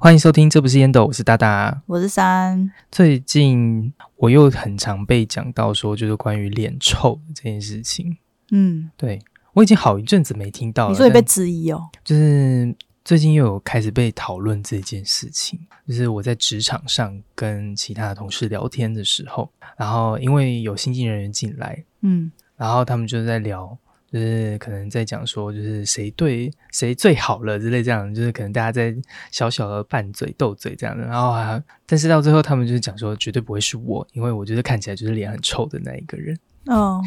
欢迎收听，这不是烟斗，我是大大。我是三，最近我又很常被讲到说，就是关于脸臭这件事情。嗯，对我已经好一阵子没听到了，你说你被但质疑哦，就是最近又有开始被讨论这件事情，就是我在职场上跟其他的同事聊天的时候，然后因为有新进人员进来，嗯然后他们就在聊，就是可能在讲说，就是谁对谁最好了之类这样，就是可能大家在小小的拌嘴斗嘴这样的。然后啊，但是到最后他们就是讲说，绝对不会是我，因为我就是看起来就是脸很臭的那一个人。哦，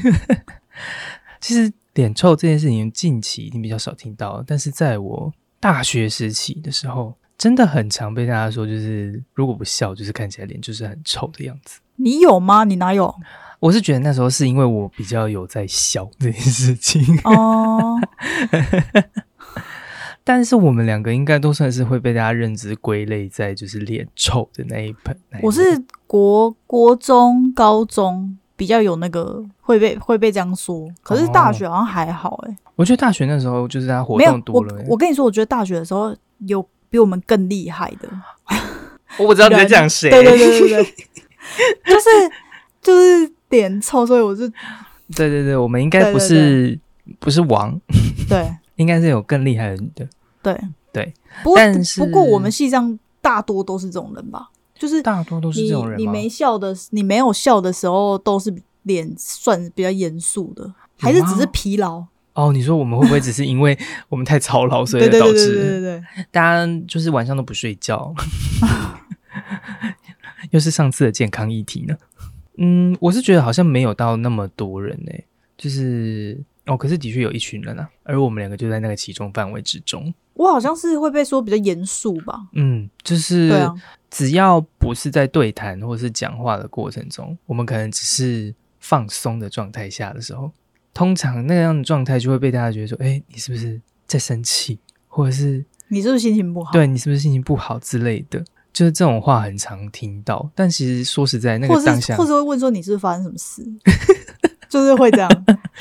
其实脸臭这件事情近期已经比较少听到了，但是在我大学时期的时候，真的很常被大家说，就是如果不笑，就是看起来脸就是很臭的样子。 你有吗？你哪有？我是觉得那时候是因为我比较有在笑这件事情， 哦，但是我们两个应该都算是会被大家认知归类在就是脸臭的那一盆。那一我是国国中、高中比较有那个会被会被这样说，可是大学好像还好哎、我觉得大学那时候就是大家哦活没有动我多了。我跟你说，我觉得大学的时候有比我们更厉害的，我不知道你在讲谁，对对对对对， 就是就是脸臭，所以我是对对对我们应该不是不是王，对应该是有更厉害的的。对对，不过但是不过我们系上大多都是这种人吧，就是大多都是这种人你。你吗？没笑的，你没有笑的时候，都是脸算比较严肃的，还是只是疲劳？哦，你说我们会不会只是因为我们太操劳，所以对对导对对对对致对，大家就是晚上都不睡觉？ 又是上次的健康议题呢？嗯，我是觉得好像没有到那么多人呢、就是哦，可是的确有一群人啊，而我们两个就在那个其中范围之中。我好像是会被说比较严肃吧？嗯，就是对啊，只要不是在对谈或是讲话的过程中，我们可能只是放松的状态下的时候，通常那样的状态就会被大家觉得说：“哎、你是不是在生气？或者是你是不是心情不好？，对你是不是心情不好之类的？”就是这种话很常听到。但其实说实在，那或个当是下或是会问说你是不是发生什么事， 就是会这样，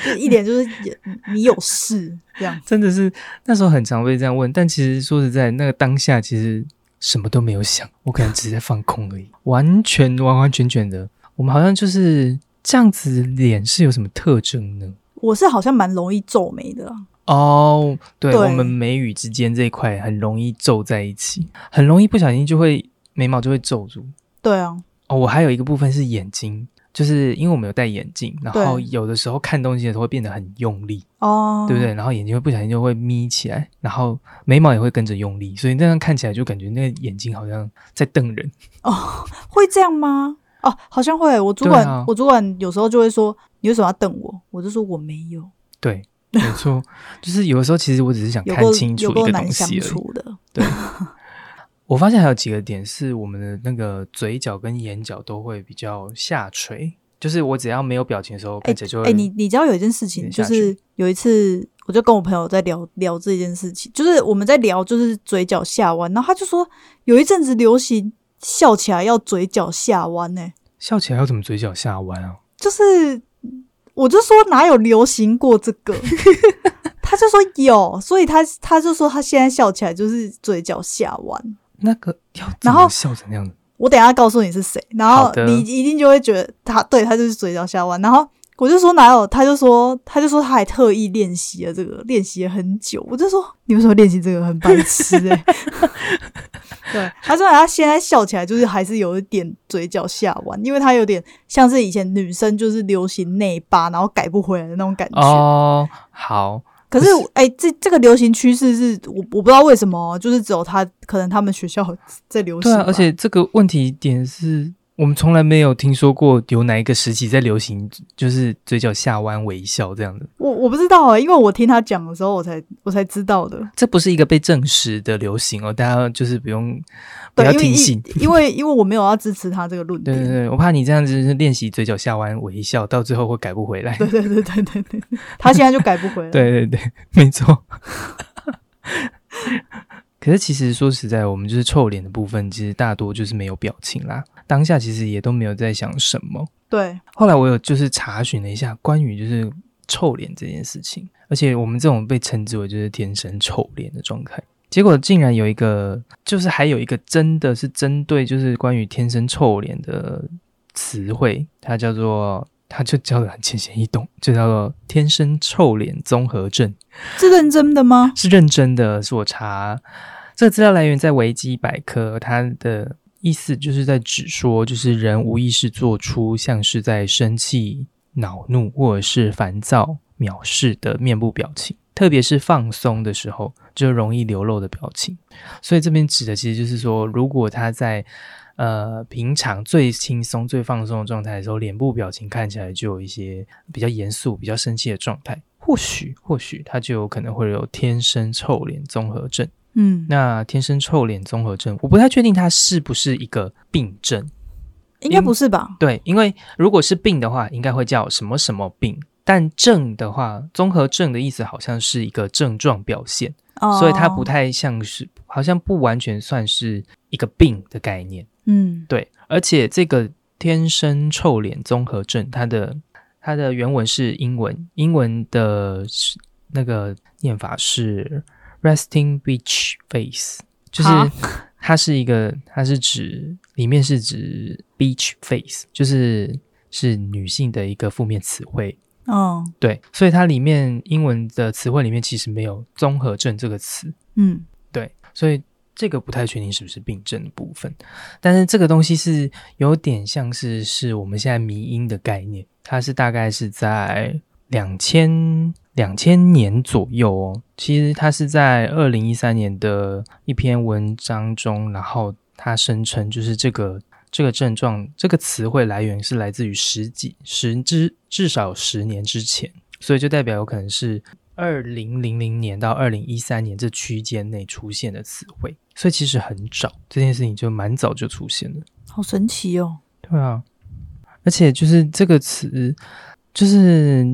就一点就是也你有事这样。真的是那时候很常被这样问。但其实说实在，那个当下其实什么都没有想，我可能只是在放空而已，完全完完全全的，我们好像就是这样子，脸是有什么特征呢？我是好像蛮容易皱眉的啦，哦、对，对我们眉宇之间这一块很容易皱在一起，很容易不小心就会眉毛就会皱住。对啊，哦，我还有一个部分是眼睛，就是因为我们有戴眼镜，然后对有的时候看东西的时候会变得很用力，哦，对不对？然后眼睛会不小心就会眯起来，然后眉毛也会跟着用力，所以那样看起来就感觉那个眼睛好像在瞪人。会这样吗？哦，好像会。我主对管，啊我主管有时候就会说：“你为什么要瞪我？”我就说：“我没有。 对，没错，就是有的时候其实我只是想”有看够清楚有一够个难东相西而已。处的。我发现还有几个点是我们的那个嘴角跟眼角都会比较下垂，就是我只要没有表情的时候，看起来就哎、会你你知道有一件事有情，点就下去是有一次，我就跟我朋友在聊聊这件事情，就是我们在聊，就是嘴角下弯，然后他就说有一阵子流行笑起来要嘴角下弯呢、笑起来要怎么嘴角下弯啊？就是我就说哪有流行过这个， 他就说有，所以他他就说他现在笑起来就是嘴角下弯。那个要怎然么后笑成那样子？我等一下告诉你是谁，然好后的你一定就会觉得他对他就是嘴角下弯，然后我就说哪有，他就说他就说他还特意练习了这个，练习了很久，我就说你为什么练习这个很白痴 哎、对，他说他现在笑起来就是还是有一点嘴角下弯，因为他有点像是以前女生就是流行内八，然后改不回来的那种感觉。哦，好，可是可是，哎、这这个流行趋势是我我不知道为什么，就是只有他可能他们学校在流行对吧。啊，而且这个问题点是我们从来没有听说过有哪一个时期在流行，就是嘴角下弯微笑这样的，我我不知道啊、因为我听他讲的时候，我才我才知道的。这不是一个被证实的流行哦，大家就是不用不对要，因为听因信。因为因为我没有要支持他这个论对点。对对，我怕你这样子练习嘴角下弯微笑，到最后会改不回来。对对对对对对对他现在就改不回 来。，对对对，没错。 可是其实说实在，我们就是臭脸的部分，其实大多就是没有表情啦。当下其实也都没有在想什么。对后来我有就是查询了一下关于就是臭脸这件事情，而且我们这种被称之为就是天生臭脸的状态，结果竟然有一个，就是还有一个真的是针对就是关于天生臭脸的词汇，它叫做。它就叫的很浅显易懂，就叫做“天生臭脸综合症是认真的吗”，？是认真的。是我查这个资料来源在维基百科，它的意思就是在指说，就是人无意识做出像是在生气、恼怒或者是烦躁、藐视的面部表情，特别是放松的时候，就容易流露的表情。所以这边指的其实就是说，如果他在呃平常最轻松、最放松的状态的时候，脸部表情看起来就有一些比较严肃、比较生气的状态，或许或许他就有可能会有天生臭脸综合症。嗯，那天生臭脸综合症，我不太确定它是不是一个病症。应该不是吧？对，因为如果是病的话，应该会叫什么什么病。但症的话，综合症的意思好像是一个症状表现，哦，所以它不太像是，好像不完全算是一个病的概念。嗯对，而且这个天生臭脸综合症，它的它的原文是英文，英文的是那个念法是 resting beach face，就是哈它是一个，它是指里面是指 beach face，就是是女性的一个负面词汇。哦对，所以它里面英文的词汇里面其实没有综合症这个词，嗯对，所以这个不太确定是不是病症的部分，但是这个东西是有点像是是我们现在迷因的概念，它是大概是在两千两千年左右哦。其实它是在二零一三年的一篇文章中，然后他声称就是这个。这个症状，这个词汇来源是来自于十几十至至少十年之前，所以就代表有可能是二零零零年到二零一三年这区间内出现的词汇，所以其实很早，这件事情就蛮早就出现了。好神奇哦。对啊，而且就是这个词，就是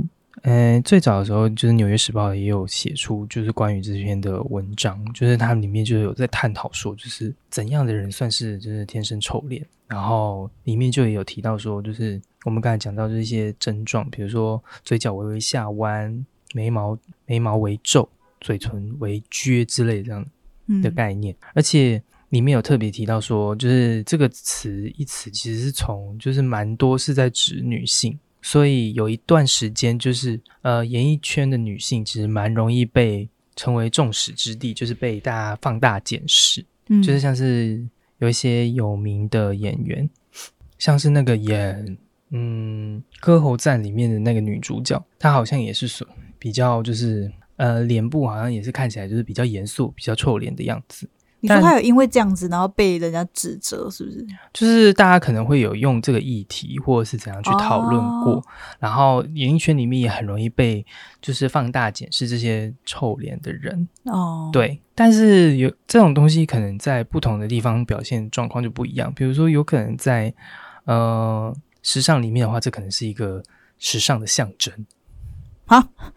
呃，最早的时候，就是《纽约时报》也有写出就是关于这篇的文章，就是它里面就有在探讨说，就是怎样的人算是就是天生丑脸，然后里面就也有提到说，就是我们刚才讲到这些症状，比如说嘴角微微下弯、眉毛眉毛微皱、嘴唇微撅之类这样嗯的概念，而且里面有特别提到说，就是这个词一词其实是从就是蛮多是在指女性，所以有一段时间就是呃演艺圈的女性其实蛮容易被成为众矢之的，就是被大家放大检视，嗯就是像是有一些有名的演员，像是那个演嗯《歌喉战》里面的那个女主角，她好像也是属比较就是呃脸部好像也是看起来就是比较严肃、比较臭脸的样子。你说但他有因为这样子，然后被人家指责，是不是？就是大家可能会有用这个议题或者是怎样去讨论过，哦然后演艺圈里面也很容易被就是放大检视这些臭脸的人，哦，，对。但是有这种东西可能在不同的地方表现状况就不一样，比如说有可能在呃时尚里面的话，这可能是一个时尚的象征，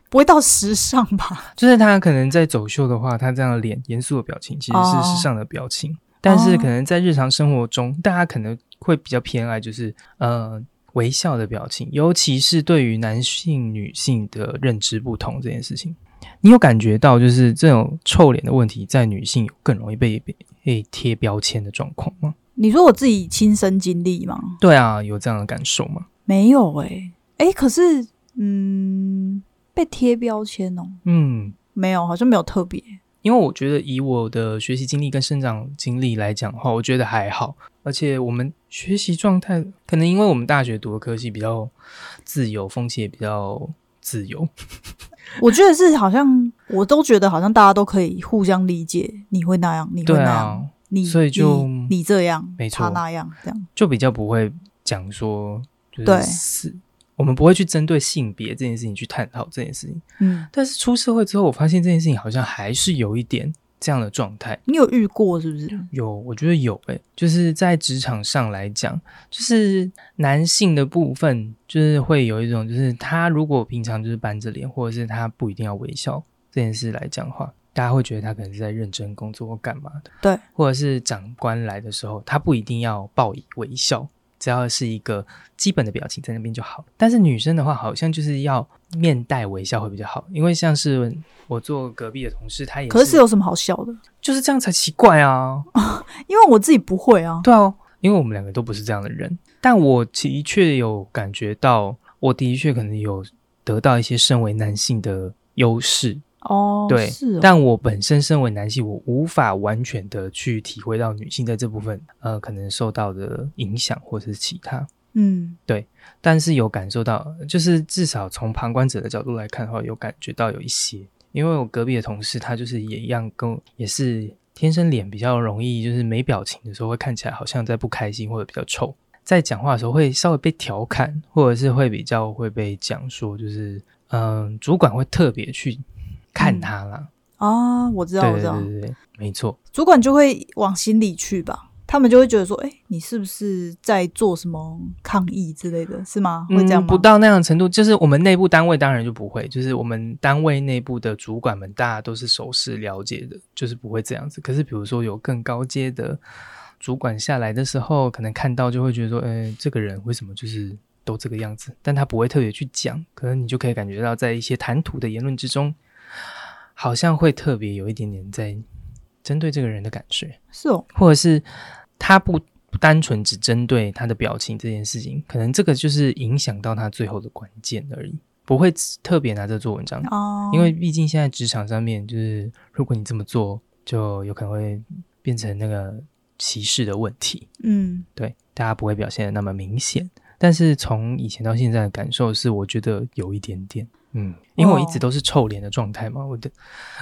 不会到时尚吧？就是他可能在走秀的话，他这样的脸严肃的表情其实是时尚的表情，但是可能在日常生活中，大家可能会比较偏爱就是呃微笑的表情，尤其是对于男性女性的认知不同这件事情，你有感觉到就是这种臭脸的问题在女性有更容易被被被贴标签的状况吗？你说我自己亲身经历吗？对啊，有这样的感受吗？没有哎、欸，哎、可是嗯，被贴标签哦，嗯，没有，好像没有特别。因为我觉得以我的学习经历跟生长经历来讲的话，我觉得还好。而且我们学习状态，可能因为我们大学读的科系比较自由，风气也比较自由。我觉得是好像，我都觉得好像大家都可以互相理解，你会那样，你会对那样，啊，你所以就嗯你你这样，没他错那样，这样就比较不会讲说，就对是是我们不会去针对性别这件事情去探讨这件事情。嗯，但是出社会之后，我发现这件事情好像还是有一点这样的状态。你有遇过是不是？有，我觉得有诶、就是在职场上来讲，就是男性的部分，就是会有一种，就是他如果平常就是板着脸，或者是他不一定要微笑这件事来讲的话，大家会觉得他可能是在认真工作或干嘛的，对，或者是长官来的时候，他不一定要报以微笑，只要是一个基本的表情在那边就好了。但是女生的话，好像就是要面带微笑会比较好，因为像是我做隔壁的同事，他也可是有什么好笑的？就是这样才奇怪啊。因为我自己不会啊。对啊，因为我们两个都不是这样的人，但我的确有感觉到，我的确可能有得到一些身为男性的优势，哦，对是哦，但我本身身为男性，我无法完全的去体会到女性在这部分呃可能受到的影响或是其他，嗯，但是有感受到，就是至少从旁观者的角度来看的话，有感觉到有一些，因为我隔壁的同事他就是也一样跟我也是天生脸比较容易，就是没表情的时候会看起来好像在不开心或者比较臭，在讲话的时候会稍微被调侃，或者是会比较会被讲说就是嗯、主管会特别去看他啦，啊，嗯我知道，对我对知道，对对，没错。主管就会往心里去吧，他们就会觉得说，哎、你是不是在做什么抗议之类的，是吗？会这样嗯、吗？不到那样的程度，就是我们内部单位当然就不会，就是我们单位内部的主管们，大家都是熟识了解的，就是不会这样子。可是比如说有更高阶的主管下来的时候，可能看到就会觉得说，呃，这个人为什么就是都这个样子？但他不会特别去讲，可能你就可以感觉到，在一些谈吐的言论之中，好像会特别有一点点在针对这个人的感觉。是哦，或者是他不不单纯只针对他的表情这件事情，可能这个就是影响到他最后的关键而已，不会只特别拿这做文章，哦，因为毕竟现在职场上面就是，如果你这么做，就有可能会变成那个歧视的问题，嗯，对，大家不会表现的那么明显。但是从以前到现在的感受是，我觉得有一点点，嗯，因为我一直哦都是臭脸的状态嘛，我的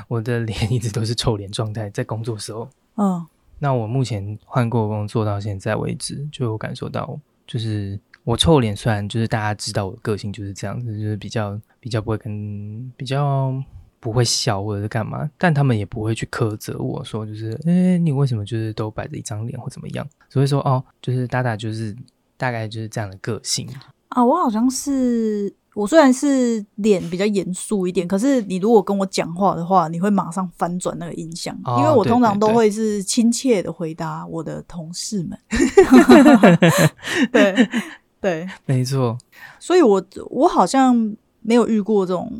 我的脸一直都是臭脸状态，在工作时候，嗯，那我目前换过工作到现在为止，就有感受到，就是我臭脸，虽然就是大家知道我的个性就是这样子，就是比较比较不会跟比较不会笑或者是干嘛，但他们也不会去苛责我说，就是哎、诶你为什么就是都摆着一张脸或怎么样，所以说哦，就是达达就是大概就是这样的个性，啊，我好像是我虽然是脸比较严肃一点，可是你如果跟我讲话的话，你会马上翻转那个印象，哦因为我对通常对都对会是亲切的回答我的同事 们。对对，没错，所以我我好像没有遇过这种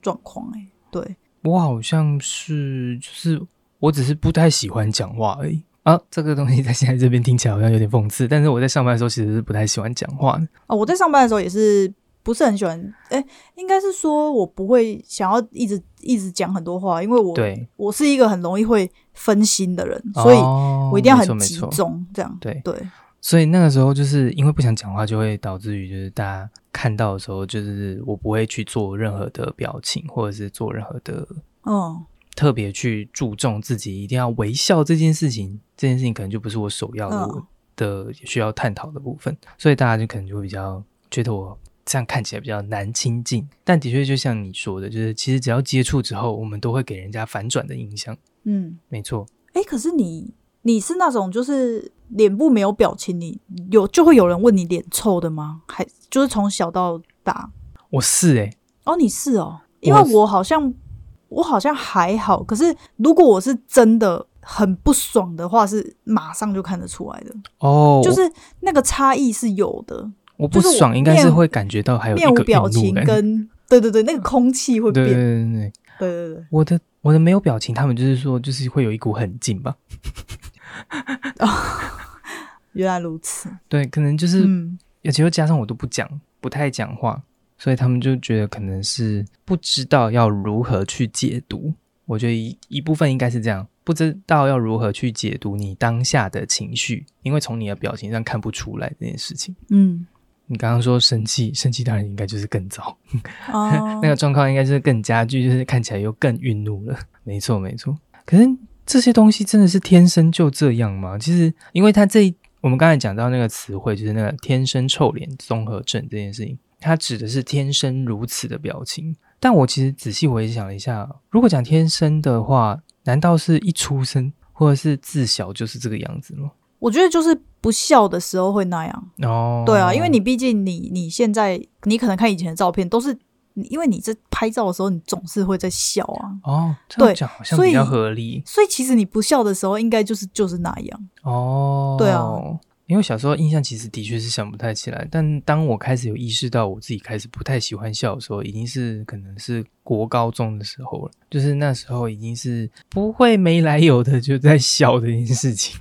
状况哎、对，我好像是就是我只是不太喜欢讲话而已啊。这个东西在现在这边听起来好像有点讽刺，但是我在上班的时候其实是不太喜欢讲话的。哦，我在上班的时候也是不是很喜欢，哎、应该是说我不会想要一直一直讲很多话，因为我对，我是一个很容易会分心的人，所以哦我一定要没错很没集错中，这样对对，所以那个时候就是因为不想讲话，就会导致于就是大家看到的时候，就是我不会去做任何的表情，或者是做任何的嗯，特别去注重自己一定要微笑这件事情，这件事情可能就不是我首要的、嗯的需要探讨的部分，所以大家就可能就会比较觉得我这样看起来比较难亲近。但的确就像你说的，就是其实只要接触之后，我们都会给人家反转的印象。嗯，没错，哎、可是你你是那种就是脸部没有表情，你有就会有人问你脸臭的吗？还就是从小到大？我是欸诶、哦，你是哦，因为我是我好像我好像还好，可是如果我是真的很不爽的话，是马上就看得出来的，哦，就是那个差异是有的，我不就是我爽，应该是面会感觉到还有一面无个表愠怒情感跟对对对，那个空气会对变，对对对，对对对。我的我的没有表情，他们就是说就是会有一股狠劲吧，原来如此，对，可能就是嗯，而且又加上我都不讲，不太讲话，所以他们就觉得可能是不知道要如何去解读。我觉得一一部分应该是这样，不知道要如何去解读你当下的情绪，因为从你的表情上看不出来这件事情。嗯，你刚刚说生气，生气当然应该就是更糟，，哦 那个状况应该就是更加剧，就是看起来又更愠怒了。 没错，没错。可是这些东西真的是天生就这样吗？其实，因为它这一我们刚才讲到那个词汇，就是那个天生臭脸综合症这件事情，它指的是天生如此的表情。但我其实仔细回想了一下，如果讲天生的话，难道是一出生或者是自小就是这个样子吗？我觉得就是不笑的时候会那样。哦，对啊，因为你毕竟你你现在你可能看以前的照片都是，你因为你在拍照的时候你总是会在笑啊，哦，这样对讲好像所以比较合理所以其实你不笑的时候应该就是就是那样。哦。对啊，因为小时候印象其实的确是想不太起来，但当我开始有意识到我自己开始不太喜欢笑的时候，已经是可能是国高中的时候了，就是那时候已经是不会没来由的就在笑这件事 情。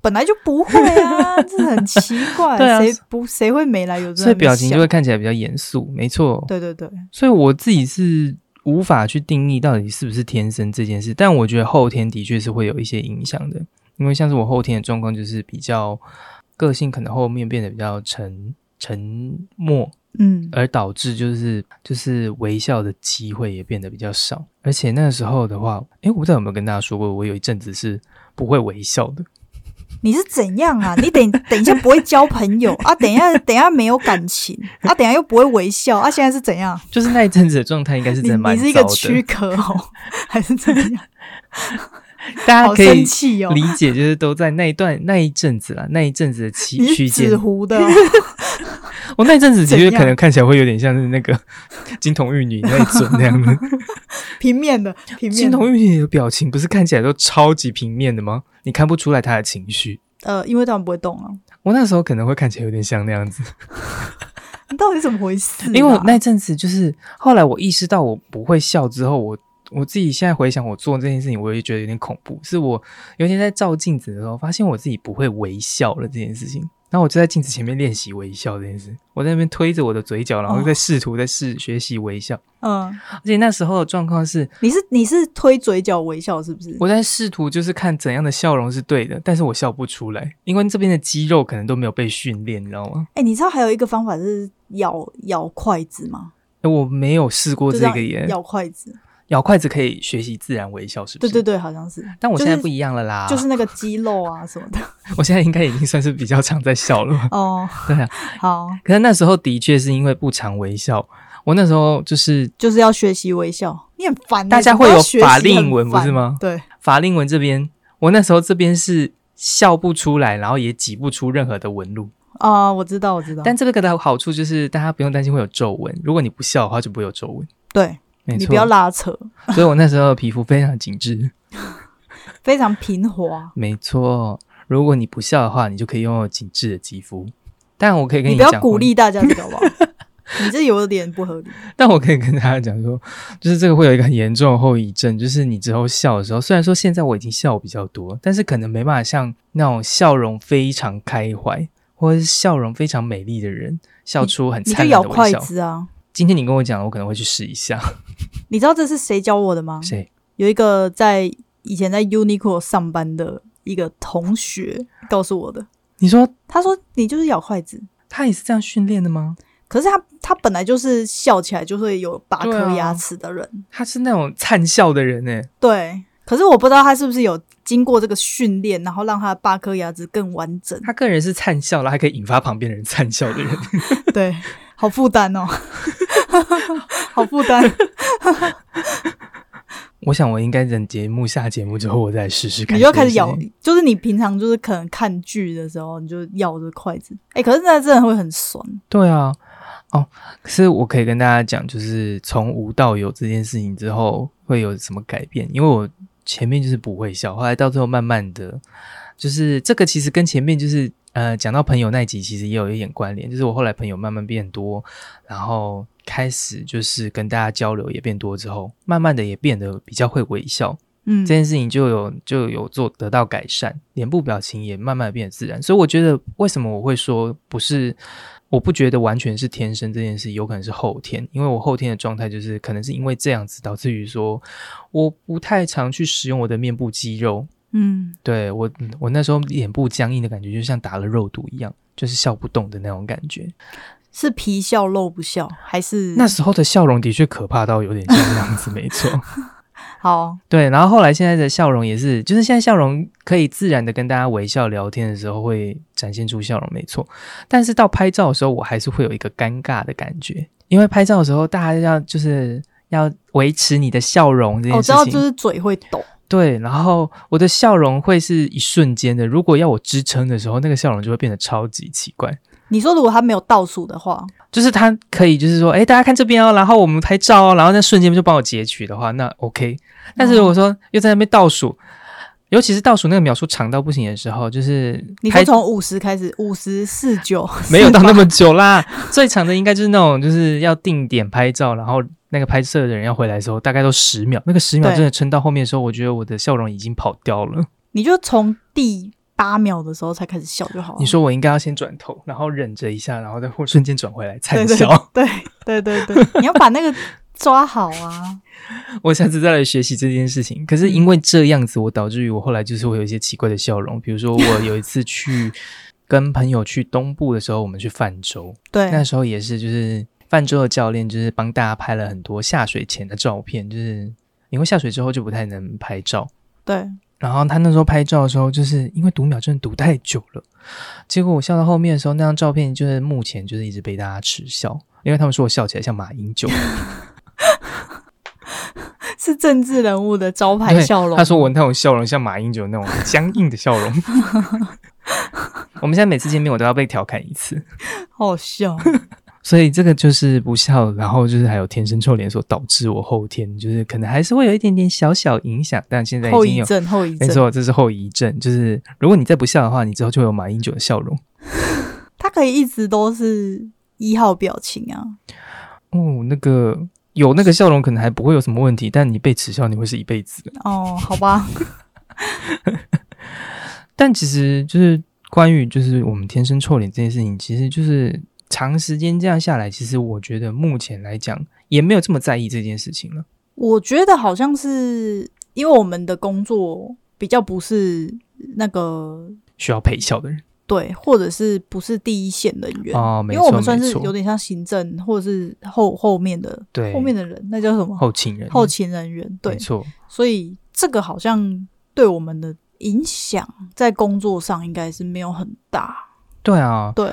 本来就不会 啊，这很奇怪，对啊谁不谁会没来由在那边想？所以表情就会看起来比较严肃，没错。对对对，所以我自己是无法去定义到底是不是天生这件事，但我觉得后天的确是会有一些影响的，因为像是我后天的状况就是比较个性，可能后面变得比较沉沉默，嗯，而导致就是就是微笑的机会也变得比较少，而且那时候的话，诶，我不知道有没有跟大家说过，我有一阵子是不会微笑的。你是怎样啊？你等等一下不会交朋友啊？等一下等一下没有感情啊？等一下又不会微笑啊？现在是怎 样？就是那一阵子的状态应该是你真的蛮你糟是一的个，躯 壳哦，还是怎样？大家好可生以气哦！理解，就是都在那一段那一阵子啦，那一阵子的期你区是间纸，糊的哦、我那一阵子其怎实样可能看起来会有点像是那 个金童玉女那一种那样的。平面的平金面的童玉女的表情不是看起来都超级平面的吗？你看不出来她的情绪。呃，因为他们不会动啊。我那时候可能会看起来有点像那样子，你到底怎么回事啊、因为我那阵子就是后来我意识到我不会笑之后，我我自己现在回想我做这件事情，我也觉得有点恐怖。是我有一天在照镜子的时候，发现我自己不会微笑了这件事情。然后我就在镜子前面练习微笑这件事，我在那边推着我的嘴角，然哦后在试图在试学习微笑。嗯，而且那时候的状况是，你是你是推嘴角微笑是不是？我在试图就是看怎样的笑容是对的，但是我笑不出来，因为这边的肌肉可能都没有被训练，你知道吗？哎、你知道还有一个方法是咬咬筷子吗？诶我没有试过就这样个耶，咬筷子。咬筷子可以学习自然微笑，是不对是？对对，好像是。但我现在就是不一样了啦，就是那个肌肉啊什么 的？我现在应该已经算是比较常在笑了吧哦，对啊，好，可是那时候的确是因为不常微笑，我那时候就是就是要学习微笑。你很烦欸、大家会有法令纹怎么要学习很烦不是吗对，法令纹这边，我那时候这边是笑不出来，然后也挤不出任何的纹路。啊、我知道，我知道。但这个的好处就是大家不用担心会有皱纹，如果你不笑的话就不会有皱纹。对没你错，不要拉扯， 所以我那时候的皮肤非常紧致。非常平滑。没错，如果你不笑的话，你就可以拥有紧致的肌肤。但我可以跟你不讲，要鼓励大家这个好不好？ 你这有点不合理。但我可以跟大家讲说，就是这个会有一个很严重的后遗症，就是你之后笑的时候，虽然说现在我已经笑比较多，但是可能没办法像那种笑容非常开怀或者是笑容非常美丽的人笑出很你就灿烂咬的微筷笑。子啊！今天你跟我讲，我可能会去试一下。你知道这是谁教我的吗？谁？有一个在以前在 Uniqlo 上班的一个同学告诉我的。你说他说：“你就是咬筷子。他也是这样训练的吗？”可是他他本来就是笑起来就会有八对颗啊牙齿的人，嗯他是那种灿笑的人欸呢。对。可是我不知道他是不是有经过这个训练，然后让他的八颗牙齿更完整。 他个人是灿笑了，还可以引发旁边的人灿笑的人。对，好负担 哦，好负担。 我想我应该等节目下节目之后，我再试试看。你就开始咬，，就是你平常就是可能看剧的时候，你就咬着筷子。哎、可是那真的会很酸。对啊，哦，可是我可以跟大家讲，就是从无到有这件事情之后会有什么改变？因为我前面就是不会笑，后来到最后慢慢的，就是这个其实跟前面就是呃讲到朋友那一集其实也有一点关联，就是我后来朋友慢慢变多，然后开始就是跟大家交流也变多之后，慢慢的也变得比较会微笑，嗯这，件事情就有就有做得到改善，脸部表情也慢慢地变得自然。所以我觉得，为什么我会说不是，我不觉得完全是天生这件事，有可能是后天，因为我后天的状态就是可能是因为这样子，导致于说我不太常去使用我的面部肌肉。嗯，对我，我那时候脸部僵硬的感觉，就像打了肉毒一样，就是笑不动的那种感觉。是皮笑肉不笑，还是那时候的笑容的确可怕到有点像那样子，没错。好？对，然后后来现在的笑容也是，就是现在笑容可以自然的跟大家微笑聊天的时候会展现出笑容，没错。但是到拍照的时候，我还是会有一个尴尬的感觉，因为拍照的时候大家要就是要维持你的笑容这我件事哦知道，情，就是嘴会抖。对。然后我的笑容会是一瞬间的，如果要我支撑的时候，那个笑容就会变得超级奇怪。你说如果他没有倒数的话，就是他可以，就是说，哎，大家看这边哦，然后我们拍照哦，然后那瞬间就帮我截取的话，那 OK。但是如果说又在那边倒数，尤其是倒数那个秒数长到不行的时候，就是你拍说从五十开始，五十四九 没有到那么久啦。最长的应该就是那种，就是要定点拍照，然后那个拍摄的人要回来的时候，大概都十秒。那个十秒对真的撑到后面的时候，我觉得我的笑容已经跑掉了。你就从第八秒的时候才开始笑就好了。你说我应该要先转头，然后忍着一下，然后再或瞬间转回来对灿对笑。对对对对，你要把那个抓好啊。我下次再来学习这件事情。可是因为这样子，我导致于我后来就是会有一些奇怪的笑容。比如说，我有一次去跟朋友去东部的时候，我们去泛舟，那对，时候也是就是泛舟的教练，就是帮大家拍了很多下水前的照片，就是因为下水之后就不太能拍照。对，然后他那时候拍照的时候，就是因为读秒真的读太久了，结果我笑到后面的时候，那张照片就是目前就是一直被大家耻笑，因为他们说我笑起来像马英九。是政治人物的招牌对笑容。他说我那种笑容像马英九那种僵硬的笑容。 我们现在每次见面，我都要被调侃一次，好好笑，所以这个就是不笑，然后就是还有天生臭脸所导致我后天就是可能还是会有一点点小小影响，但现在已后经遗有。症，后遗没症。错，这是后遗症，就是如果你再不笑的话，你之后就会有马英九的笑容。他可以一直都是一号表情啊。哦，那个有那个笑容可能还不会有什么问题，但你被耻笑，你会是一辈子的。哦，好吧，但其实就是关于就是我们天生臭脸这件事情，其实就是长时间这样下来，其实我觉得目前来讲也没有这么在意这件事情了。我觉得好像是因为我们的工作比较不是那个需要陪笑的人对，或者是不是第一线人员。哦，没因为我错们算没是有错，点像行政或者是后后面的对后面的人，那叫什么后勤人后勤人员？对没，错，所以这个好像对我们的影响在工作上应该是没有很大，对啊，对，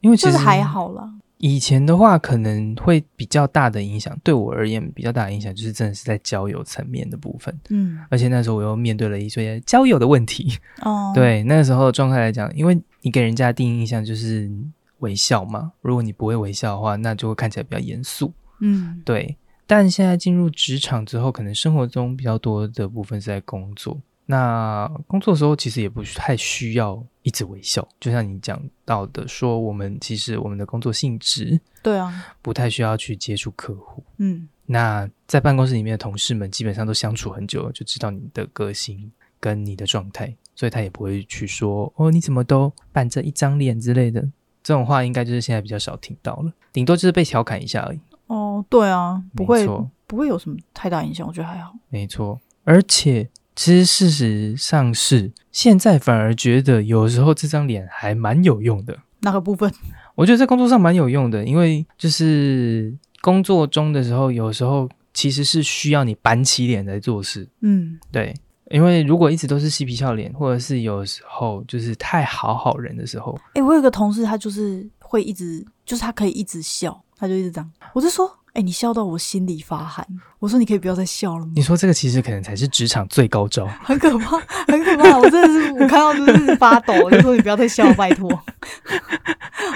因为其就实是还好啦。以前的话可能会比较大的影响，对我而言比较大的影响就是真的是在交友层面的部分。嗯，而且那时候我又面对了一些交友的问题，哦，，对那时候的状态来讲，因为你给人家的第一印象就是微笑嘛，如果你不会微笑的话，那就会看起来比较严肃。嗯，对，但现在进入职场之后，可能生活中比较多的部分是在工作。那工作的时候，其实也不太需要一直微笑，就像你讲到的说，我们其实我们的工作性质对啊，不太需要去接触客户。嗯，那在办公室里面的同事们，基本上都相处很久了，就知道你的个性跟你的状态，所以他也不会去说哦，你怎么都板着一张脸之类的。这种话应该就是现在比较少听到了，顶多就是被调侃一下而已。哦，对啊，不会没错不会有什么太大影响，我觉得还好。没错，而且其实事实上是，现在反而觉得有时候这张脸还蛮有用的。那个 部分？我觉得在工作上蛮有用的，因为就是工作中的时候，有时候其实是需要你板起脸来做事。嗯，对，因为如果一直都是嬉皮笑脸，或者是有时候就是太好好人的时候，哎、我有个同事，他就是会一直，就是他可以一直笑，他就一直这样。我就说，哎、你笑到我心里发寒。我说，你可以不要再笑了吗你？说这个其实可能才是职场最高招。很可怕，很可怕！我真的是，我看到就是发抖，我就说你不要再笑，拜 托，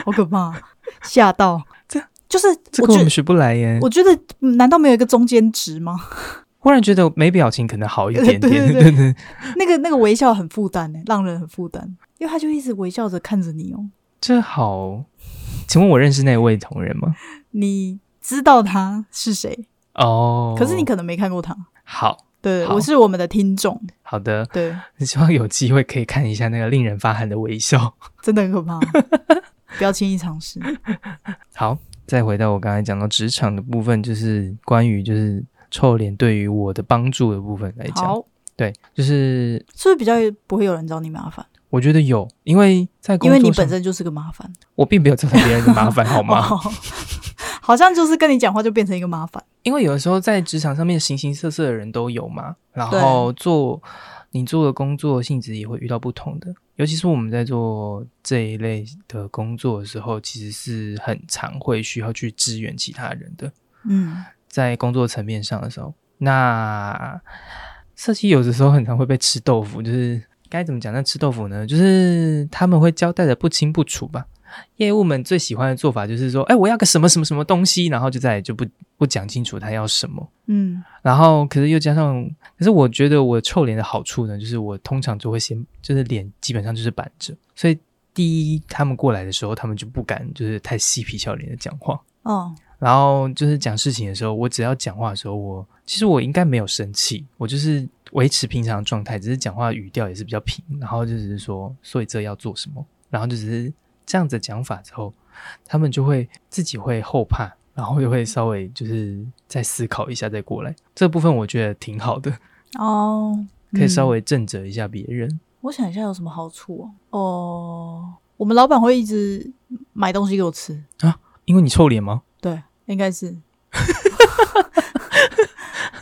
好可怕，吓到！这就是这我个我觉们学不来耶。我觉得，嗯难道没有一个中间值吗？ 忽然觉得没表情可能好一点点，对 对对对对那个那个微笑很负担呢，欸让人很负担，因为他就一直微笑着看着你哦、 这好，请问我认识那位同仁吗？你知道他是谁，哦，可是你可能没看过他。好对，好我是我们的听众，好的， 对，希望有机会可以看一下那个令人发寒的微笑。 真的很可怕，不要轻易尝试。好，再回到我刚才讲到职场的部分，就是关于就是臭脸对于我的帮助的部分来讲，好，对，就是是不是比较不会有人找你麻烦？我觉得有，因为在工因作为上你本身就是个麻烦。我并没有造成别人的麻烦，好吗？哦， 好像就是跟你讲话就变成一个麻烦。因为有的时候在职场上面形形色色的人都有嘛，然后做你做的工作性质也会遇到不同的，尤其是我们在做这一类的工作的时候，其实是很常会需要去支援其他人的，嗯，在工作层面上的时候，那设计有的时候很常会被吃豆腐，就是该怎么讲？那吃豆腐呢，就是他们会交代的不清不楚吧。业务们最喜欢的做法就是说，哎，我要个什么什么什么东西，然后就再也就不不讲清楚他要什么。嗯然后可是又加上，可是我觉得我臭脸的好处呢，就是我通常就会先，就是脸基本上就是板着，所以第一他们过来的时候，他们就不敢就是太嬉皮笑脸的讲话。哦然后就是讲事情的时候，我只要讲话的时候，我其实我应该没有生气，我就是维持平常的状态，只是讲话语调也是比较平，然后就只是说，所以这要做什么，然后就只是这样子讲法之后，他们就会自己会后怕，然后就会稍微就是再思考一下再过来，这部分我觉得挺好的，哦，可以稍嗯微正着一下别人。我想一下有什么好处哦、哦，我们老板会一直买东西给我吃，因为你臭脸吗？对，应该是。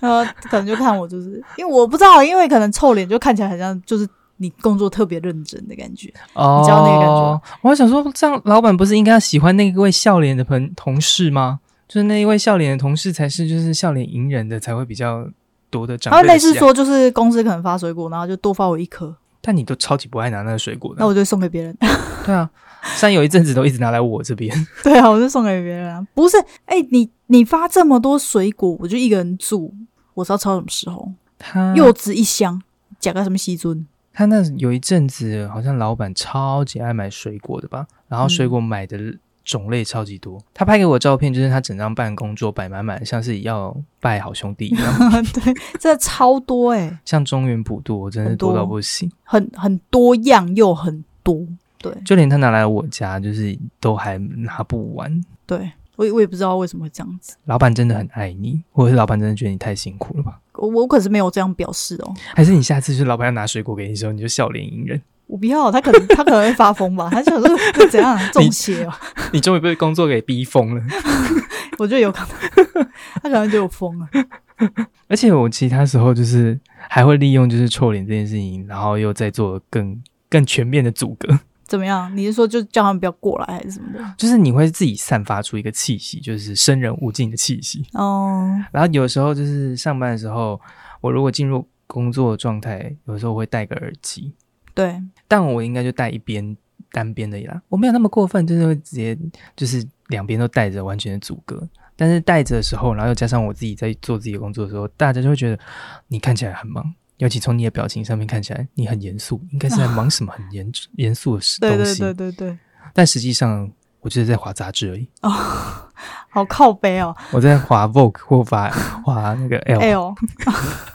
呃，可能就看我，就是因为我不知道，啊因为可能臭脸就看起来很像，就是你工作特别认真的感觉。哦，你知道那个感觉吗我还想说，这样老板不是应该要喜欢那位笑脸的朋同事吗？就是那一位笑脸的同事才是就是笑脸迎人的才会比较多的长然后辈的类似喜爱，说，就是公司可能发水果，然后就多发我一颗，但你都超级不爱拿那个水果的那啊，我就送给别人。 对啊，山有一阵子都一直拿来我这边，对啊，我就送给别人啊。不是，哎、你你发这么多水果，我就一个人住，我知道超什么时候，他柚子一箱，加个什么西尊，他那有一阵子好像老板超级爱买水果的吧，然后嗯水果买的种类超级多，他拍给我的照片就是他整张办公桌摆满满，像是要拜好兄弟一样， 对，这超多哎、像中原普渡，我真的很多多到不行。很很多样又很多，对就连他拿来我家，就是都还拿不完。对，我也我也不知道为什么会这样子，老板真的很爱你，或者是老板真的觉得你太辛苦了吧？我我可是没有这样表示哦，还是你下次就是老板要拿水果给你的时候，你就笑脸迎人？我不要，他可能他可能会发疯吧，他想说这怎样中邪哦，你终于被工作给逼疯了。 我觉得有可能，他可能就有疯了，而且我其他时候就是还会利用就是臭脸这件事情，然后又再做更更全面的阻隔，怎么样？你是说就叫他们不要过来还是什么的？就是你会自己散发出一个气息，就是生人勿近的气息。哦、然后有时候就是上班的时候，我如果进入工作状态，有时候我会戴个耳机，对，但我应该就带一边单边的啦，我没有那么过分，就是会直接就是两边都带着，完全的阻隔。但是带着的时候，然后又加上我自己在做自己的工作的时候，大家就会觉得你看起来很忙，尤其从你的表情上面看起来你很严肃，应该是在忙什么很严严肃的事东对西。对对对对，但实际上，我就是在划杂志而已，好靠背哦。我在划 Vogue 或划划那个 L，、哎呦，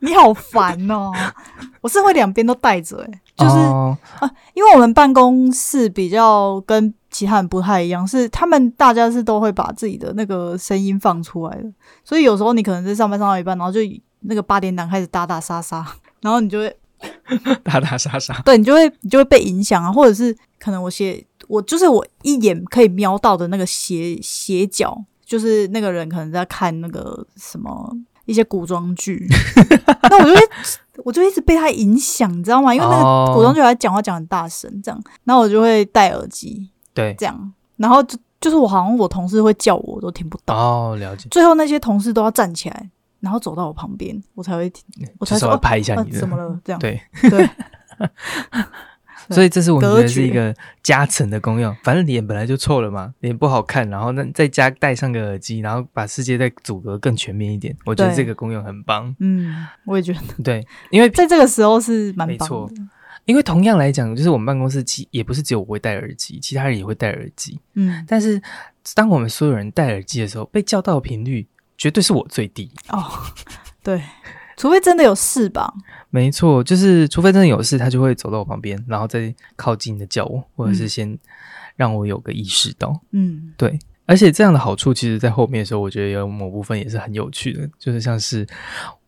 你好烦哦！我是会两边都带着，哎，就是、哦、因为我们办公室比较跟其他人不太一样，是他们大家是都会把自己的那个声音放出来的，所以有时候你可能在上班上到一半，然后就那个八点档开始打打杀杀，然后你就会打打杀杀，对你就会你就会被影响啊，或者是可能我斜我就是我一眼可以瞄到的那个斜斜角，就是那个人可能在看那个什么一些古装剧，那我就会我就一直被他影响，你知道吗？因为那哦个古装剧他讲话讲很大声，这样，然后我就会戴耳哦机对，这样，然后就就是我好像我同事会叫我，我都听不到，哦，了解， 最后那些同事都要站起来。然后走到我旁边，我才会听，我才嗯就稍说微拍一下啊你的，怎么了？这样对。对，对所以这是我觉格得局是一个加成的功用。反正脸本来就臭了嘛，脸不好看，然后那再加戴上个耳机，然后把世界再阻隔更全面一点。我觉得对这个功用很棒。 嗯，我也觉得。对， 因为在这个时候是蛮没棒错的，因为同样来讲，就是我们办公室其也不是只有我会戴耳机，其他人也会戴耳机。嗯，但是当我们所有人戴耳机的时候，被叫到的频率绝对是我最低。哦，对，除非真的有事吧，没错，就是除非真的有事，他就会走到我旁边，然后再靠近的叫我，或者是嗯先让我有个意识到。嗯，对，而且这样的好处，其实在后面的时候，我觉得有某部分也是很有趣的，就是像是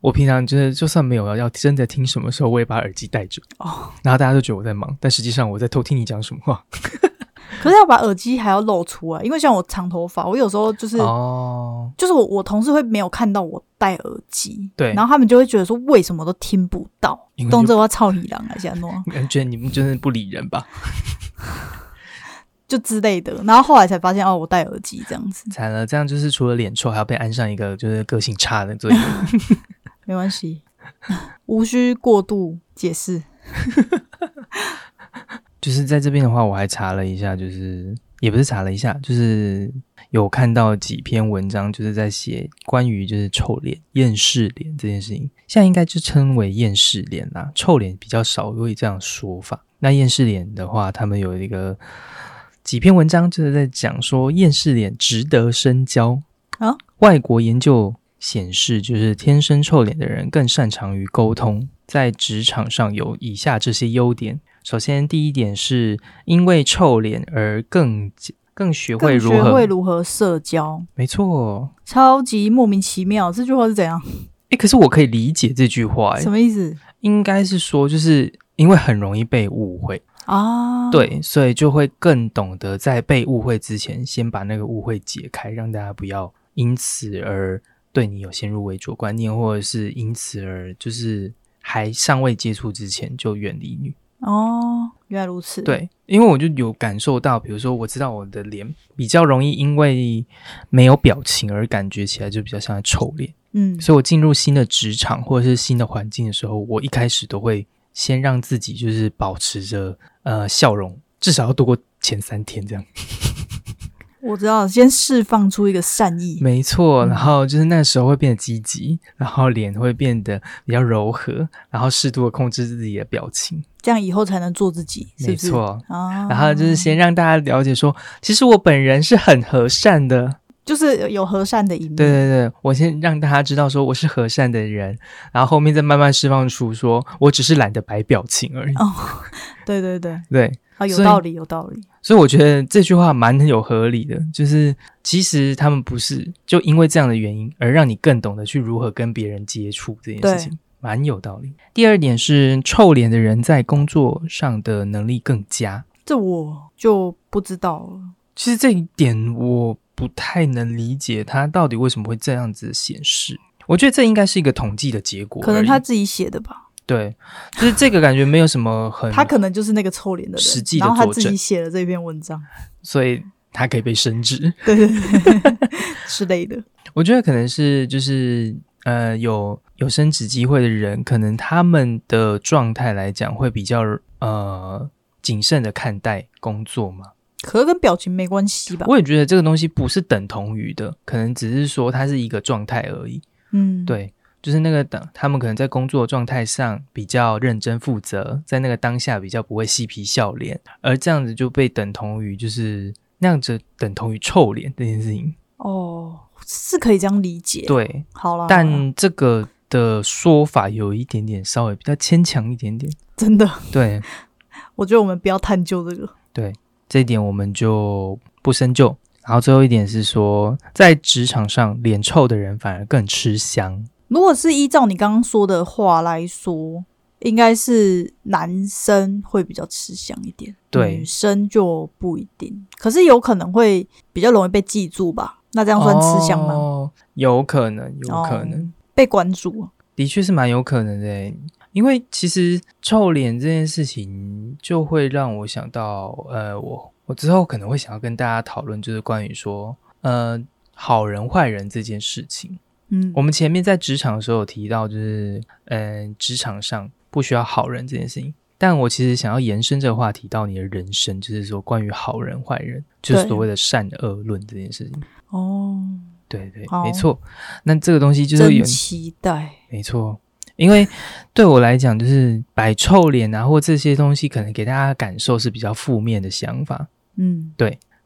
我平常就是就算没有要要真的听什么时候，我也把耳机戴着哦，然后大家都觉得我在忙，但实际上我在偷听你讲什么话。可是要把耳机还要露出来，因为像我长头发，我有时候就是、哦，就是我我同事会没有看到我戴耳机，对然后他们就会觉得说为什么都听不到因为，动就作要操你狼啊，现在弄感觉你们真的不理人吧？就之类的，然后后来才发现哦，我戴耳机这样子，惨了，这样就是除了脸臭，还要被安上一个就是个性差的罪名。没关 系，无需过度解释。就是在这边的话，我还查了一下，就是也不是查了一下，就是有看到几篇文章，就是在写关于就是臭脸、厌世脸这件事情。现在应该就称为厌世脸啦，臭脸比较少会这样说法。那厌世脸的话，他们有一个几篇文章，就是在讲说厌世脸值得深交啊。外国研究显示，就是天生臭脸的人更擅长于沟通，在职场上有以下这些优点。首先，第一点是因为臭脸而更更学会更如学会何，如何社交，没错。超级莫名其妙。这句话是怎样？诶，可是我可以理解这句话，诶什么意思应该是说，就是因为很容易被误会，啊？，对，所以就会更懂得在被误会之前，先把那个误会解开，让大家不要因此而对你有先入为主观念，或者是因此而就是还尚未接触之前就远离你。哦，原来如此。，对，因为我就有感受到，比如说我知道我的脸比较容易因为没有表情而感觉起来就比较像在臭脸，嗯，所以我进入新的职场或者是新的环境的时候，我一开始都会先让自己就是保持着呃笑容，至少要度过前三天这样。我知道，先释放出一个善意。没错，嗯然后就是那时候会变得积极，然后脸会变得比较柔和，然后适度的控制自己的表情。这样以后才能做自己，是没不是？错。啊，然后就是先让大家了解说，其实我本人是很和善的，就是有和善的一面，对对对，我先让大家知道说我是和善的人，然后后面再慢慢释放出说我只是懒得摆表情而已。哦，对对对，对，啊，有所以道理，有道理，所以我觉得这句话蛮有合理的，就是其实他们不是就因为这样的原因而让你更懂得去如何跟别人接触这件事情，蛮有道理。第二点是臭脸的人在工作上的能力更佳，这我就不知道了。其实这一点我不太能理解，他到底为什么会这样子显示。我觉得这应该是一个统计的结果而已，可能他自己写的吧，对，就是这个感觉没有什么很，他可能就是那个臭脸的人，嗯实际的然后他作自证己写了这篇文章，所以他可以被升职。对对对 之类的。我觉得可能是就是呃有有升职机会的人，可能他们的状态来讲会比较呃谨慎的看待工作嘛。可是跟表情没关系吧？我也觉得这个东西不是等同于的，可能只是说它是一个状态而已。嗯，，对，就是那个当他们可能在工作状态上比较认真负责，在那个当下比较不会嬉皮笑脸，而这样子就被等同于就是那样子等同于臭脸这件事情。哦，是可以这样理解。，对，好啦，好啦但这个的说法有一点点稍微比较牵强一点点。真的，对，我觉得我们不要探究这个。这一点我们就不深究。然后最后一点是说，在职场上脸臭的人反而更吃香。如果是依照你刚刚说的话来说，应该是男生会比较吃香一点，对女生就不一定。可是有可能会比较容易被记住吧？那这样算吃香吗？哦哦，有可能，有可能。被关注，的确是蛮有可能的欸，因为其实臭脸这件事情就会让我想到，呃，我我之后可能会想要跟大家讨论，就是关于说，呃，好人坏人这件事情。嗯，我们前面在职场的时候有提到，就是，嗯、职场上不需要好人这件事情。但我其实想要延伸这个话题到你的人生，就是说关于好人坏人，就是对所谓的善恶论这件事情。哦，对对，好没错。那这个东西就是有真期待，没错，因为对我来讲，就是摆臭脸啊，或这些东西，可能给大家的感受是比较负面的想法。嗯，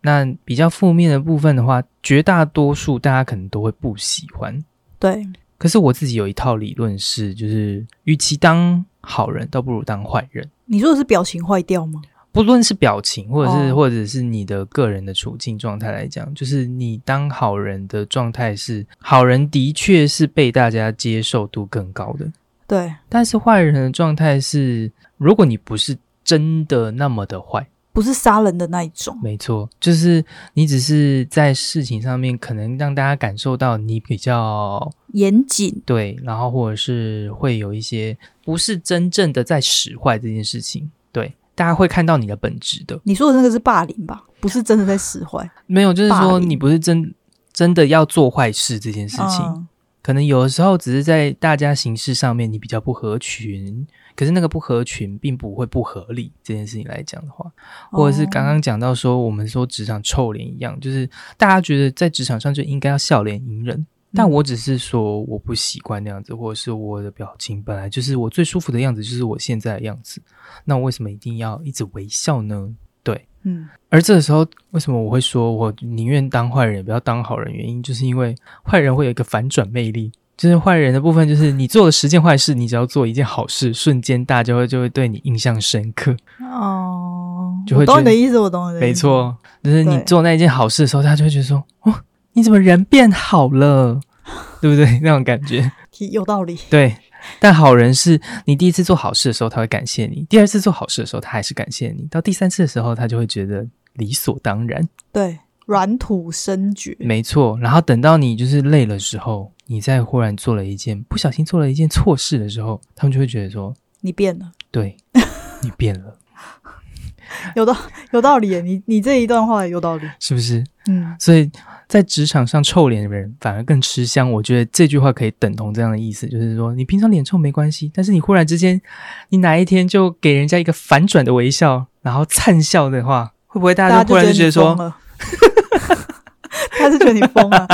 那比较负面的部分的话，绝大多数大家可能都会不喜欢。对，可是我自己有一套理论是，就是与其当好人，倒不如当坏人。你说的是表情坏掉吗？不论是表情，或者是、哦或者是你的个人的处境状态来讲，就是你当好人的状态是好人，的确是被大家接受度更高的。对，但是坏人的状态是，如果你不是真的那么的坏，不是杀人的那一种，没错，就是你只是在事情上面可能让大家感受到你比较严谨，对，然后或者是会有一些不是真正的在使坏这件事情，对，大家会看到你的本质的，你说的那个是霸凌吧？不是真的在使坏没有，就是霸说凌你不是真真的要做坏事这件事情，嗯可能有的时候只是在大家形式上面你比较不合群，可是那个不合群并不会不合理。这件事情来讲的话，或者是哦刚刚讲到说我们说职场臭脸一样，就是大家觉得在职场上就应该要笑脸迎人，但嗯我只是说我不习惯那样子，或者是我的表情本来就是我最舒服的样子，就是我现在的样子。那我为什么一定要一直微笑呢？嗯而这个时候，为什么我会说我宁愿当坏人，也不要当好人？原因就是因为坏人会有一个反转魅力，就是坏人的部分，就是你做了十件坏事，你只要做一件好事，瞬间大家就会就会对你印象深刻。哦，就会我懂觉你得的意思，我懂你的意思，没，错，就是你对做那一件好事的时候，大家就会觉得说：“哦，你怎么人变好了？” 对不对？那种感觉，有道理。对。但好人是你第一次做好事的时候，他会感谢你；第二次做好事的时候，他还是感谢你；到第三次的时候，他就会觉得理所当然。对，软土生绝。没错，然后等到你就是累的时候，你再忽然做了一件不小心做了一件错事的时候，他们就会觉得说，你变了，对你变了，有道有道理耶。你你这一段话有道理。是不是？嗯，所以在职场上臭脸的人反而更吃香。我觉得这句话可以等同这样的意思，就是说你平常脸臭没关系，但是你忽然之间，你哪一天就给人家一个反转的微笑，然后灿笑的话，会不会大家大家就忽就然就觉得你得说疯，了， 他是觉得你 疯了，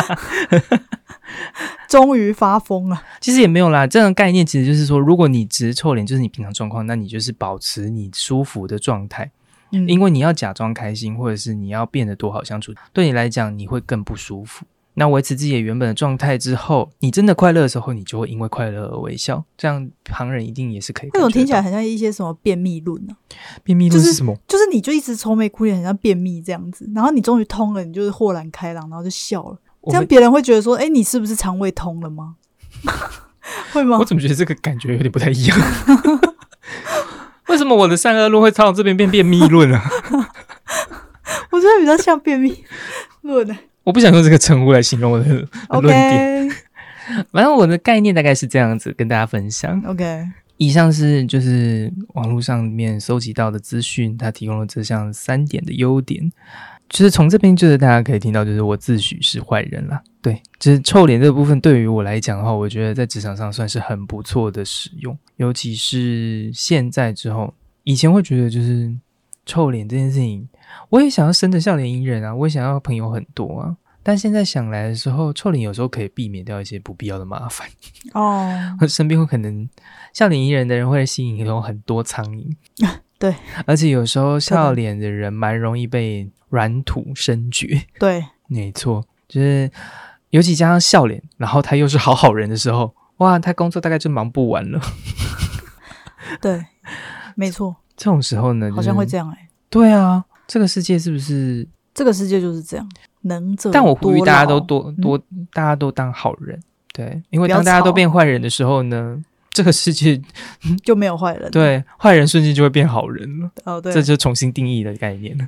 终于发疯了。其实也没有啦，这样的概念其实就是说，如果你只是臭脸，就是你平常状况，那你就是保持你舒服的状态，嗯，因为你要假装开心，或者是你要变得多好相处，对你来讲你会更不舒服。那维持自己的原本的状态之后，你真的快乐的时候，你就会因为快乐而微笑，这样旁人一定也是可以那感觉到。种听起来很像一些什么便秘论啊，便秘就论是是什么？就是你就一直愁眉苦脸，很像便秘这样子。然后你终于通了，你就是豁然开朗，然后就笑了。我这样们别人会觉得说：“哎、你是不是肠胃通了吗？” 会吗我？怎么觉得这个感觉有点不太一 样？为什么我的善恶论会到这边变便秘论啊？ 我觉得比较像便秘论呢。我不想用这个称呼来形容我的 论点。 OK 反正我的概念大概是这样子，跟大家分享。 OK，以上是就是网络上面搜集到的资讯，它提供了这项三点的优点。就是从这边，就是大家可以听到，就是我自诩是坏人啦。对，就是臭脸这个部分，对于我来讲的话，我觉得在职场上算是很不错的使用，尤其是现在之后，以前会觉得就是臭脸这件事情，我也想要生的笑脸迎人啊，我也想要朋友很多啊，但现在想来的时候，臭脸有时候可以避免掉一些不必要的麻烦。哦，。身边会可能笑脸迎人的人会吸引有很多苍蝇啊对，而且有时候笑脸的人蛮容易被软土生绝。对，没错，就是尤其加上笑脸，然后他又是好好人的时候，哇，他工作大概就忙不完了。对，没错，这种时候呢，好像会这样。样哎、对啊，这个世界是不是？这个世界就是这样，能者但我呼吁多大家都劳多多，大家都当好人。对，因为不要当大家都吵变坏人的时候呢，这个世界就没有坏人。 对坏人瞬间就会变好人了。哦，对这，就是重新定义的概念 了。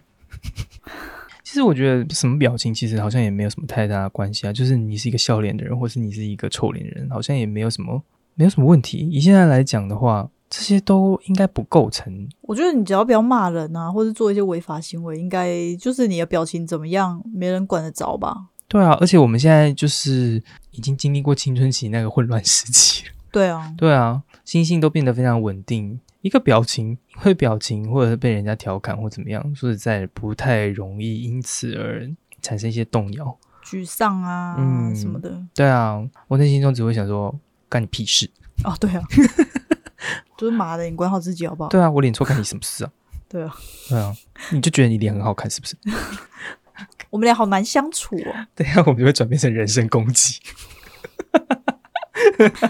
其实我觉得什么表情其实好像也没有什么太大的关系啊，就是你是一个笑脸的人，或是你是一个臭脸的人，好像也没有什么没有什么问题。以现在来讲的话，这些都应该不构成。我觉得你只要不要骂人啊，或者做一些违法行为，应该就是你的表情怎么样，没人管得着吧？对啊，而且我们现在就是已经经历过青春期那个混乱时期了。 对啊，对啊，心性都变得非常稳定，一个表情，因为表情或者是被人家调侃或怎么样，说实在不太容易因此而产生一些动摇。沮丧啊、嗯什么的。对啊，我内心中只会想说，干你屁事！哦， 对啊，就是妈的，你管好自己好不好？对啊，我脸臭干你什么事啊？哦 对啊，对啊，你就觉得你脸很好看是 不是？我们俩好难相处哦，等一啊下我们就会转变成人身攻击。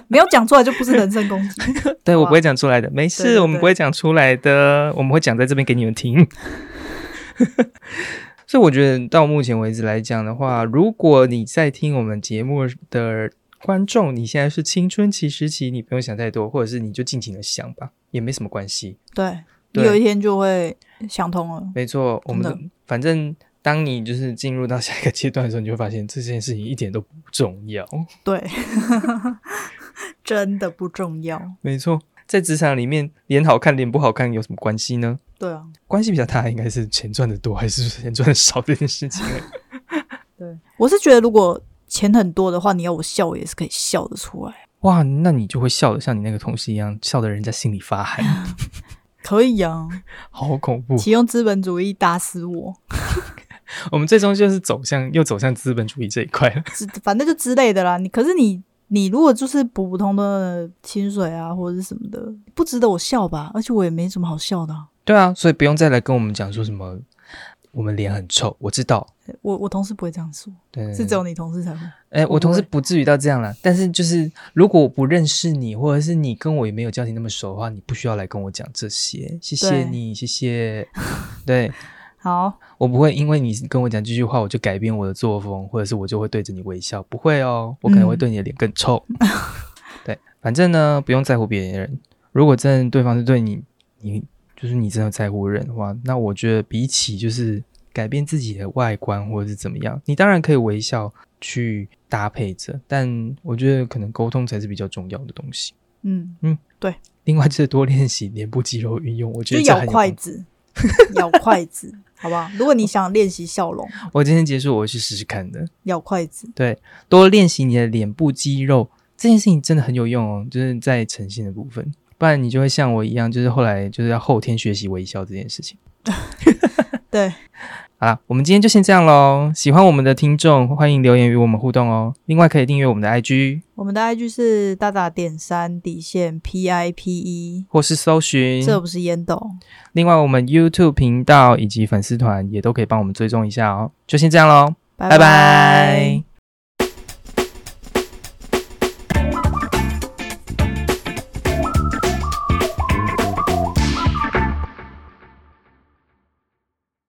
没有讲出来就不是人身攻击。对，好啊我不会讲出来的，没对事，对我们不会讲出来的，我们会讲在这边给你们 听。所以我觉得到目前为止来讲的话，如果你在听我们节目的观众，你现在是青春期时期，你不用想太多，或者是你就尽情的想吧，也没什么关系。对，你对有一天就会想通了。没错，我真们的的反正当你就是进入到下一个阶段的时候，你就会发现这件事情一点都不重要。对， 真的不重要。没错，在职场里面，脸好看脸不好看有什么关系呢？对啊，关系比较大，应该是钱赚的多还是钱赚的少这件事情而已。 对，我是觉得如果钱很多的话，你要我笑，我也是可以笑得出来。哇，那你就会笑得像你那个同事一样，笑得人家心里发寒，可以啊，好恐怖。启用资本主义打死我，我们最终就是走向又走向资本主义这一块了。 之反正就之类的啦。你可是你，你如果就是普通的薪水啊，或者是什么的，不值得我笑吧？而且我也没什么好笑的啊、对啊，所以不用再来跟我们讲说什么我们脸很臭，我知道，我我同事不会这样说，对，是只有你同事才会。哎，我同事不不至于到这样啦，但是就是如果我不认识你，或者是你跟我也没有交情那么熟的话，你不需要来跟我讲这些，谢谢对你，谢谢。对好，我不会因为你跟我讲这句话，我就改变我的作风，或者是我就会对着你微笑，不会哦，我可能会嗯对你的脸更臭。 对，反正呢，不用在乎别人。如果真的对方是对你，你就是你真的在乎人的话，那我觉得比起就是改变自己的外观或者是怎么样，你当然可以微笑去搭配着，但我觉得可能沟通才是比较重要的东西。嗯，另外就是多练习脸部肌肉运用，我哦觉就得这咬很有筷帮子， 咬筷子，好不好？如果你想练习笑容，助。我今天结束，我会去试试看的。咬筷子，多练习你的脸部肌肉，这件事情真的很有用哦，就是在呈现的部分，不然你就会像我一样，就是后来就是要后天学习微笑这件事情。对， 好啦，我们今天就先这样喽。喜欢我们的听众，欢迎留言与我们互动哦。另外可以订阅我们的 IG，我们的 IG 是大大点三底线 P I P E，或是搜寻。这不是烟斗。另外我们 YouTube 频道以及粉丝团也都可以帮我们追踪一下哦。就先这样喽，拜拜拜拜